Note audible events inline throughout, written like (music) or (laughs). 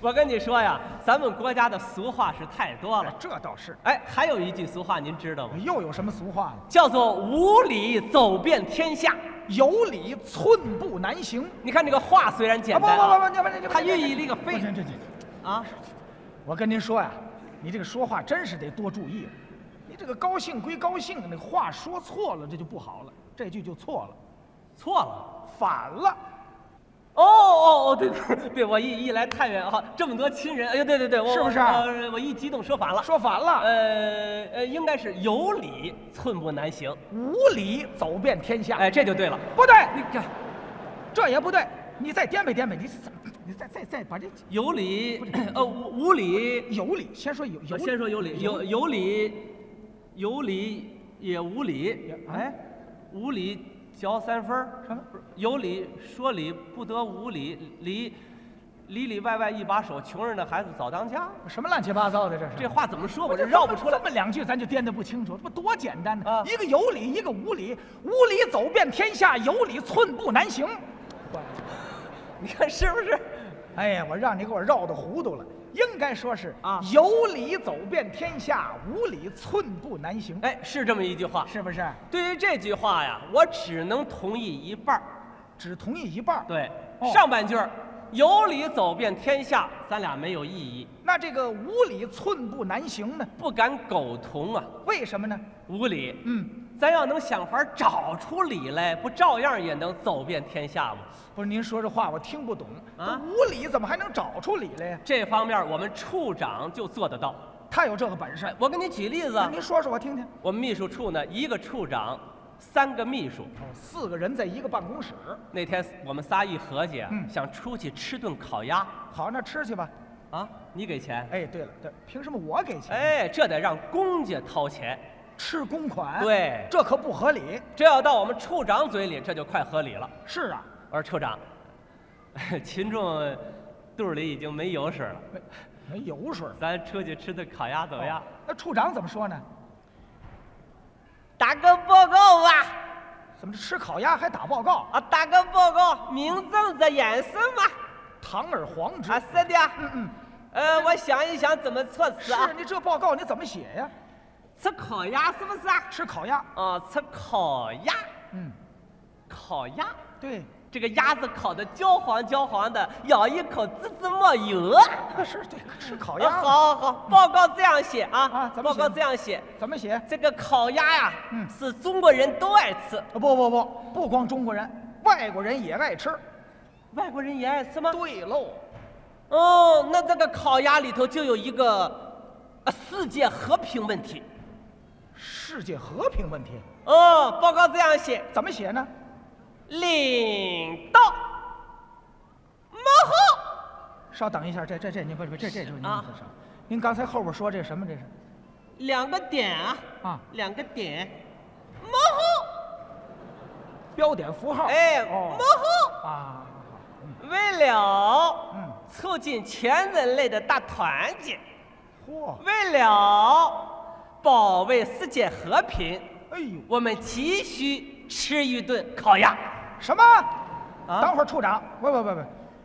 我跟你说呀，咱们国家的俗话是太多哎了。这倒是。哎，还有一句俗话您知道吗？哎又有什么俗话了？叫做“无理走遍天下有理寸步难行。”。你看这个话虽然简啊不单不不不，啊，你们你们它寓意这个非这这这，啊，我跟您说呀，你这个说话真是得多注意。你这个高兴归高兴，那话说错了这就不好了，这句就错了，错了。反了。哦哦哦，对对对，我一一来太原啊，这么多亲人，哎呦，对对对，我是不是呃我一激动说反了，说反了，呃呃，应该是有理寸步难行。无理走遍天下。哎，这就对了。不对，你看，这也不对。你再颠沛颠沛，你怎么？你再再再把这有理，呃，无无理有理，先说有有我理。先说有理，有有理，有理也无理，哎，无理嚼三分儿什么不是有理说理，不得无理，里里里外外一把手，穷人的孩子早当家。什么乱七八糟的这是？这话怎么说？我这这绕不出来这。么两句，咱就颠得不清楚，这不多简单呢、啊一个有理，一个无理，无理走遍天下，有理寸步难行。你看是不是？哎呀，我让你给我绕的糊涂了。应该说是啊有理走遍天下，无理寸步难行，哎，是这么一句话。是不是？对于这句话呀，我只能同意一半儿。只同意一半儿。对，哦上半句儿有理走遍天下，咱俩没有异议，那这个无理寸步难行呢？不敢苟同啊，为什么呢？无理。嗯，咱要能想法找出理来，不照样也能走遍天下吗？不是您说这话我听不懂啊这无理怎么还能找出理来呀？这方面我们处长就做得到。他有这个本事哎，我给你举例子那啊，您说说我听听。哦我们秘书处呢，一个处长，三个秘书。哦，四个人在一个办公室，那天我们仨一合计啊，嗯想出去吃顿烤鸭好，那吃去吧。啊，你给钱？哎，对了，对，凭什么我给钱？哎，这得让公家掏钱。吃公款，，对，哎这可不合理。这要到我们处长嘴里，这就快合理了。是啊，我说处长， (laughs) 群众肚里已经没油水了，没没油水儿。咱出去吃顿烤鸭怎么样？哦那处长怎么说呢？打个报告吧，怎么吃烤鸭还打报告？啊，打个报告，民众的眼神吧。堂而皇之。啊，是的，嗯嗯，呃，我想一想怎么措施啊是。你这报告你怎么写呀？吃烤鸭是不是啊？吃烤鸭。啊，吃烤鸭，嗯，烤鸭，对，这个鸭子烤的焦黄焦黄的，咬一口滋滋冒油。啊是对，吃烤啊，鸭。好好好，报告这样写啊，啊怎么报告写这样写，怎么写？啊这个烤鸭呀、嗯是中国人都爱吃，不不不，不光中国人，外国人也爱吃。外国人也爱吃吗？对喽，哦，那这个烤鸭里头就有一个、呃世界和平问题。世界和平问题哦，报告这样写：怎么写呢？领导幕稍等一下，这这这，您不不，这这就您啊不是您刚才后边说这什么？这是后两个点啊，啊，两个点，幕后，标点符号。哎，幕哦后，啊，为了嗯，促进全人类的大团结，嚯，为了保卫世界和平，哎呦，我们急需吃一顿烤鸭。什么？啊等会儿处长，不不不不，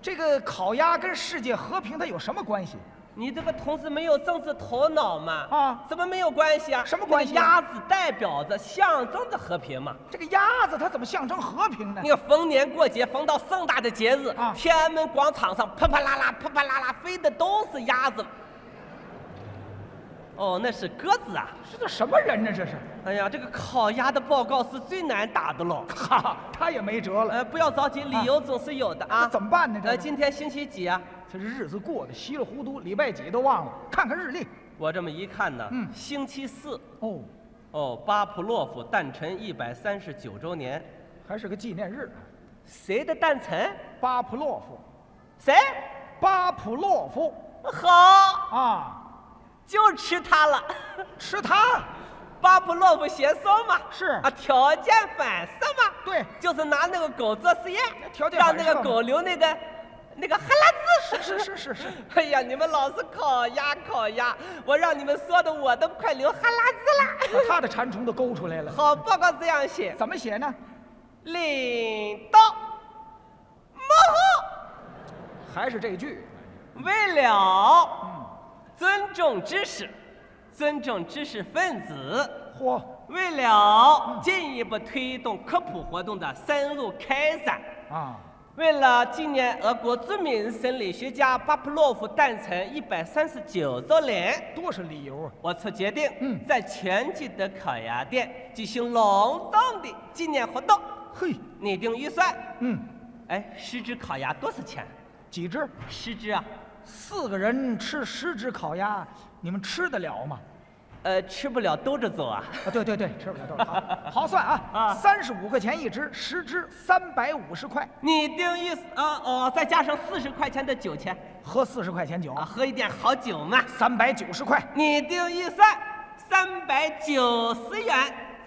这个烤鸭跟世界和平它有什么关系？你这个同志没有政治头脑嘛？啊怎么没有关系啊？什么关系那个鸭子代表着象征着和平嘛。这个鸭子它怎么象征和平呢那？个逢年过节，逢到盛大的节日，哎啊天安门广场上啪啪啦啦、啪啪啦啦飞的都是鸭子。哦，那是鸽子啊！这都什么人呢？这是，哎呀，这个烤鸭的报告是最难打的喽。哈，他也没辙了。呃，不要着急，理由总是有的啊。哎这怎么办呢？这呃，是今天星期几啊？这日子过得稀里糊涂，礼拜几都忘了，看看日历。我这么一看呢，嗯星期四，哦，哦，巴甫洛夫诞辰一百三十九周年，还是个纪念日。谁的诞辰？巴甫洛夫，谁？巴甫洛夫好，啊，就吃它了。 (laughs) 吃它。巴甫洛夫学说嘛，是啊，条件反射嘛，对就是拿那个狗做实验那，条件让反那射个狗流那个那个哈喇子。是是是是， (laughs) 哎呀，你们老是烤鸭烤鸭，我让你们说的我都快流哈喇子了。 (laughs) 把他的馋虫都勾出来了。好，报告这样写，怎么写呢？领导，幕后还是这句，为了尊重知识，尊重知识分子，嚯，为了进一步推动科普活动的深入开展，啊，为了纪念俄国著名生理学家巴甫洛夫诞辰一百三十九周年。多少理由啊！我曾决定，嗯在全聚德烤鸭店举行隆重的纪念活动，嘿，拟定预算。嗯，哎，十只烤鸭多少钱？几只？十只啊，四个人吃十只烤鸭，你们吃得了吗？呃，吃不了兜着走啊。啊，对对对，吃不了多少，好好算啊， (laughs) 啊三十五块钱一只，十只三百五十块，拟定预算啊哦，再加上四十块钱的酒钱喝四十块钱酒啊，，喝一点好酒嘛。三百九十块。拟定预算三百九十元，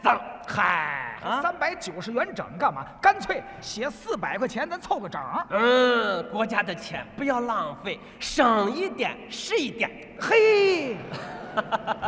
当，嗨，啊三百九十元整干嘛？干脆写四百块钱，咱凑个整儿。嗯，国家的钱不要浪费，省一点是一点。嘿， (laughs)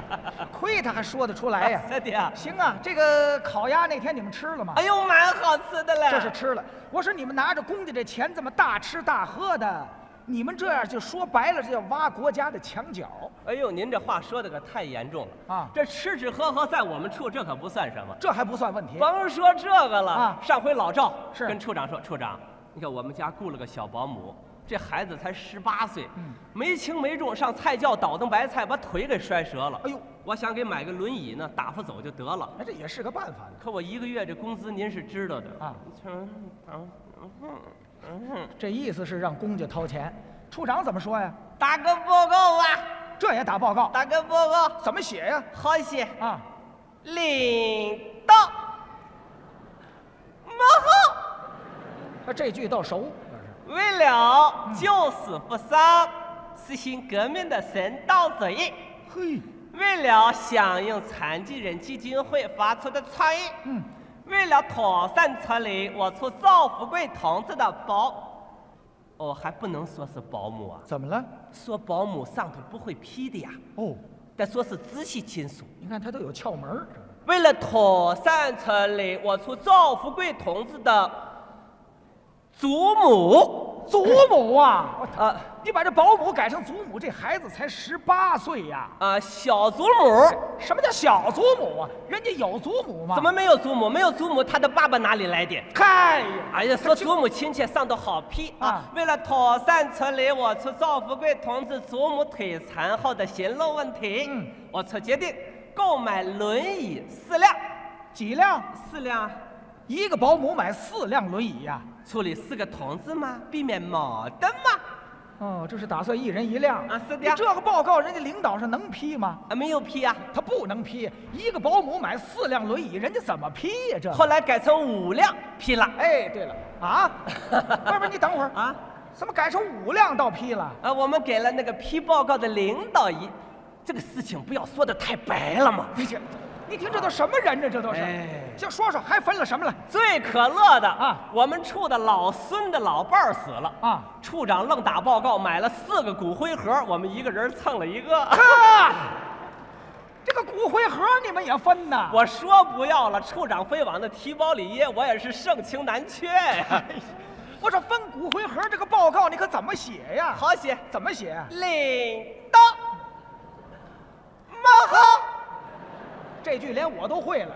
亏他还说得出来 (laughs) 哎呀、真的啊，行啊，这个烤鸭那天你们吃了吗？哎呦，蛮好吃的嘞。这是吃了。我说你们拿着公家这钱这么大吃大喝的，你们这样就说白了，这叫挖国家的墙角。哎呦，您这话说的可太严重了啊这吃吃喝喝在我们处这可不算什么，这还不算问题。甭说这个了。啊上回老赵是跟处长说，处长，你看我们家雇了个小保姆，这孩子才十八岁，嗯没轻没重上菜窖倒腾白菜，把腿给摔折了。哎呦，我想给买个轮椅呢，打发走就得了。哎，这也是个办法呢。可我一个月这工资您是知道的啊嗯嗯嗯嗯这意思是让公家掏钱。处长怎么说呀？打个报告吧，这也打报告，打个报告，怎么写呀？好些。啊，领导，幕后啊这句倒熟，这是为了救死扶伤，实行革命的神道主义，嘿，为了响应残疾人基金会发出的倡议，嗯，为了妥善处理我处赵富贵同志的保，哦，还不能说是保姆啊，怎么了？说保姆上头不会批的呀，哦，得说是直系亲属。你看他都有窍门儿，这为了妥善处理我处赵富贵同志的祖母， (laughs) 祖母啊，我啊你把这保姆改成祖母，这孩子才十八岁呀、啊，小祖母什么叫小祖母啊？人家有祖母吗？怎么？没有祖母？没有祖母，他的爸爸哪里来的？嗨呀，哎呀，说祖母亲切上头好批啊啊！为了妥善处理我处赵富贵同志祖母腿残后的行路问题，嗯我处决定购买轮椅四辆，几辆？四辆一个保姆买四辆轮椅呀、处理四个同志嘛，避免矛盾嘛。哦，这是打算一人一辆啊是的你这个报告，人家领导上能批吗？啊，没有批啊。他不能批，一个保姆买四辆轮椅，人家怎么批呀、这后来改成五辆批了。哎，对了 (laughs) 啊，不是不是，你等会儿啊，啊怎么改成五辆倒批了？啊！我们给了那个批报告的领导一，这个事情不要说的太白了嘛。你这，你听这都什么人呢？这都是哎，就说说还分了什么了？最可乐的啊我们处的老孙的老伴儿死了啊处长愣打报告，买了四个骨灰盒，我们一个人蹭了一个。 (laughs) 哈，啊这个骨灰盒你们也分呐？我说不要了，处长非往那提包里掖，我也是盛情难却 (laughs) 呀。我说分骨灰盒这个报告你可怎么写呀？好写，怎么写？啊领导，冒号。这句连我都会了。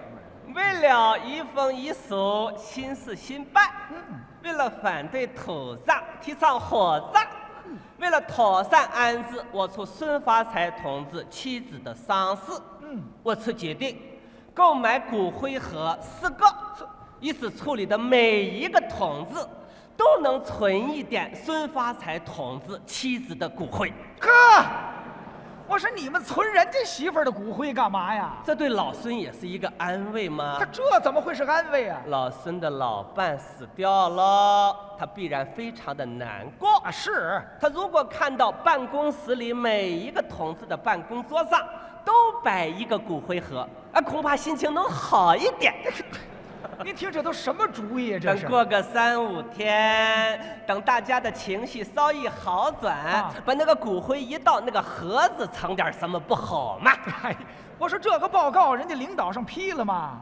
为了移风易俗、新事新办，为了反对土葬、提倡火葬，为了妥善安置我处孙发财同志妻子的丧事，嗯我处决定购买骨灰盒四个，以此处理的每一个同志都能存一点孙发财同志妻子的骨灰。呵，我说你们存人家媳妇儿的骨灰干嘛呀？这对老孙也是一个安慰吗他？这怎么会是安慰啊？老孙的老伴死掉了，他必然非常的难过啊，。是他如果看到办公室里每一个同志的办公桌上都摆一个骨灰盒，啊，恐怕心情能好一点。 (laughs) 您听这都什么主意啊？这等是过个三五天，等大家的情绪稍一好转，啊把那个骨灰一倒，那个盒子盛点什么不好吗？ (laughs) 哎，我说这个报告人家领导上批了吗？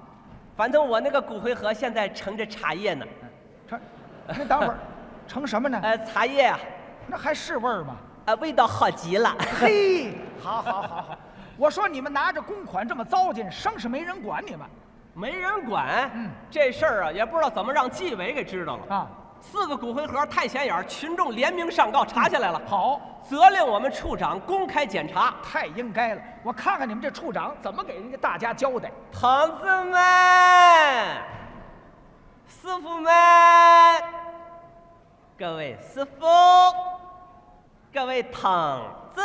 反正我那个骨灰盒现在盛着茶叶呢，成，那等会儿成什么呢？呃，茶叶啊，那还是味儿吗？啊，味道好极了。嘿，好好好好，我说你们拿着公款这么糟践，生是没人管你们没人管，嗯这事儿啊，也不知道怎么让纪委给知道了。啊。四个骨灰盒太显眼儿，群众联名上告，查下来了，好，责令我们处长公开检查。太应该了，我看看你们这处长怎么给人家大家交代。同志们、师傅们、各位师傅、各位同志、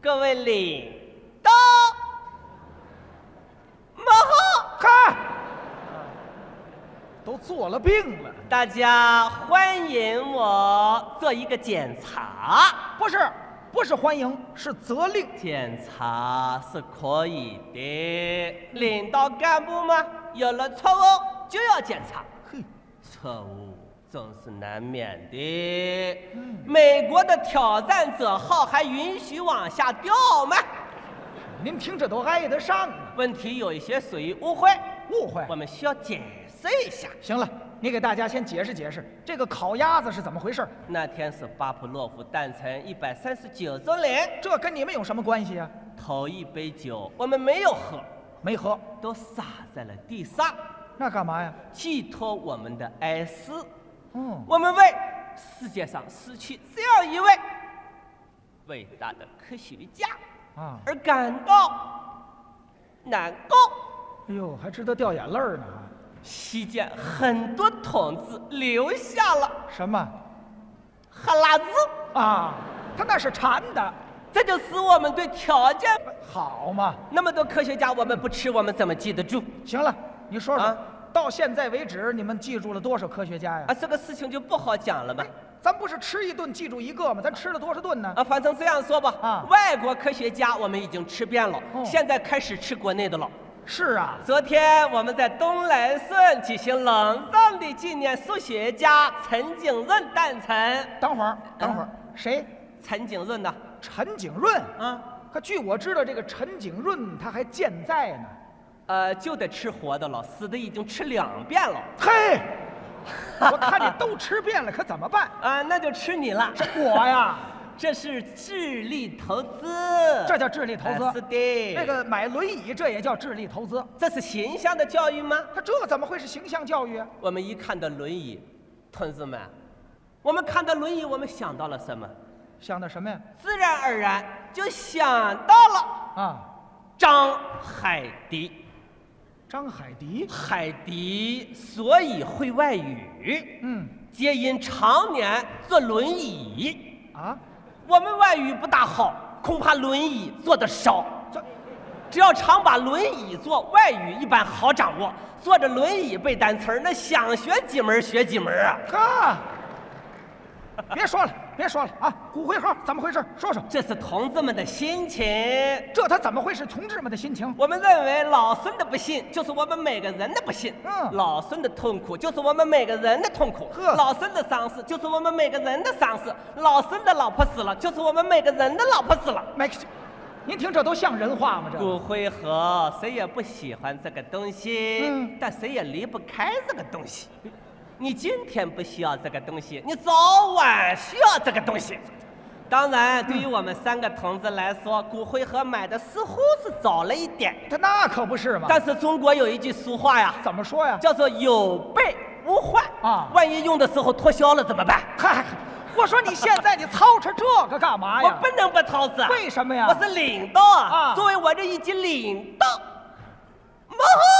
各位领导，幕后看，都做了病了，大家欢迎我做一个检查，不是不是欢迎，是责令。检查是可以的。领导干部嘛，有了错误就要检查。嘿，错误总是难免的。美国的挑战者号还允许往下掉吗？您听着都挨得上啊，问题有一些属于误会，误会我。们需要解释一下。行了，你给大家先解释解释这个烤鸭子是怎么回事儿，那天是巴甫洛夫诞辰一百三十九周年，这跟你们有什么关系啊？头一杯酒我们没有喝，没喝，都洒在了地上，那干嘛呀？寄托我们的哀思。嗯，我们为世界上失去这样一位伟大的科学家。啊，而感到难过。哎呦，还值得掉眼泪儿呢。期间，很多同志留下了什么哈喇子，啊？他那是馋的，这就使我们对条件。好嘛。那么多科学家，我们不吃，我们怎么记得住？行了，你说说，啊到现在为止，你们记住了多少科学家呀？啊，这个事情就不好讲了嘛哎。咱不是吃一顿记住一个吗？咱吃了多少顿呢？啊，反正这样说吧，啊外国科学家我们已经吃遍了，哦现在开始吃国内的了。是啊，昨天我们在东来顺举行隆重的纪念数学家陈景润诞辰。等会儿，啊等会儿，谁？陈景润呐，陈景润。啊，可据我知道，这个陈景润他还健在呢。呃，就得吃活的了，死的已经吃两遍了。嘿， (laughs) 我看你都吃遍了，可怎么办？啊、那就吃你了。这我 (laughs) 呀，这是智力投资，这叫智力投资哎是的。那，个买轮椅这也叫智力投资。这是形象的教育吗？他这怎么会是形象教育啊？我们一看到轮椅，同志们，我们看到轮椅，我们想到了什么？想的什么呀？自然而然就想到了啊，张海迪。张海迪。海迪所以会外语，嗯，皆因常年坐轮椅。啊，我们外语不大好，恐怕轮椅坐得少。这只要常把轮椅坐，外语一般好掌握。坐着轮椅背单词儿，那想学几门儿学几门儿啊！哥，别说了，别说了啊！骨灰盒怎么回事？说说，这是同志们的心情。这他怎么会是同志们的心情？我们认为老孙的不幸就是我们每个人的不幸，嗯老孙的痛苦就是我们每个人的痛苦，呵老孙的丧事就是我们每个人的丧事，老孙的老婆死了就是我们每个人的老婆死了。麦克斯，您听这都像人话吗？这骨灰盒，谁也不喜欢这个东西，嗯但谁也离不开这个东西。你今天不需要这个东西，你早晚需要这个东西。当然，对于我们三个同志来说，骨灰盒买的似乎是早了一点。他那可不是嘛？但是中国有一句俗话呀，怎么说呀？叫做有备无患啊万一用的时候脱销了怎么办？嗨，我说你现在你操持这个干嘛我哎呀不？能不啊操持。为什么呀我是领导啊，啊作为我这一级领导，幕后。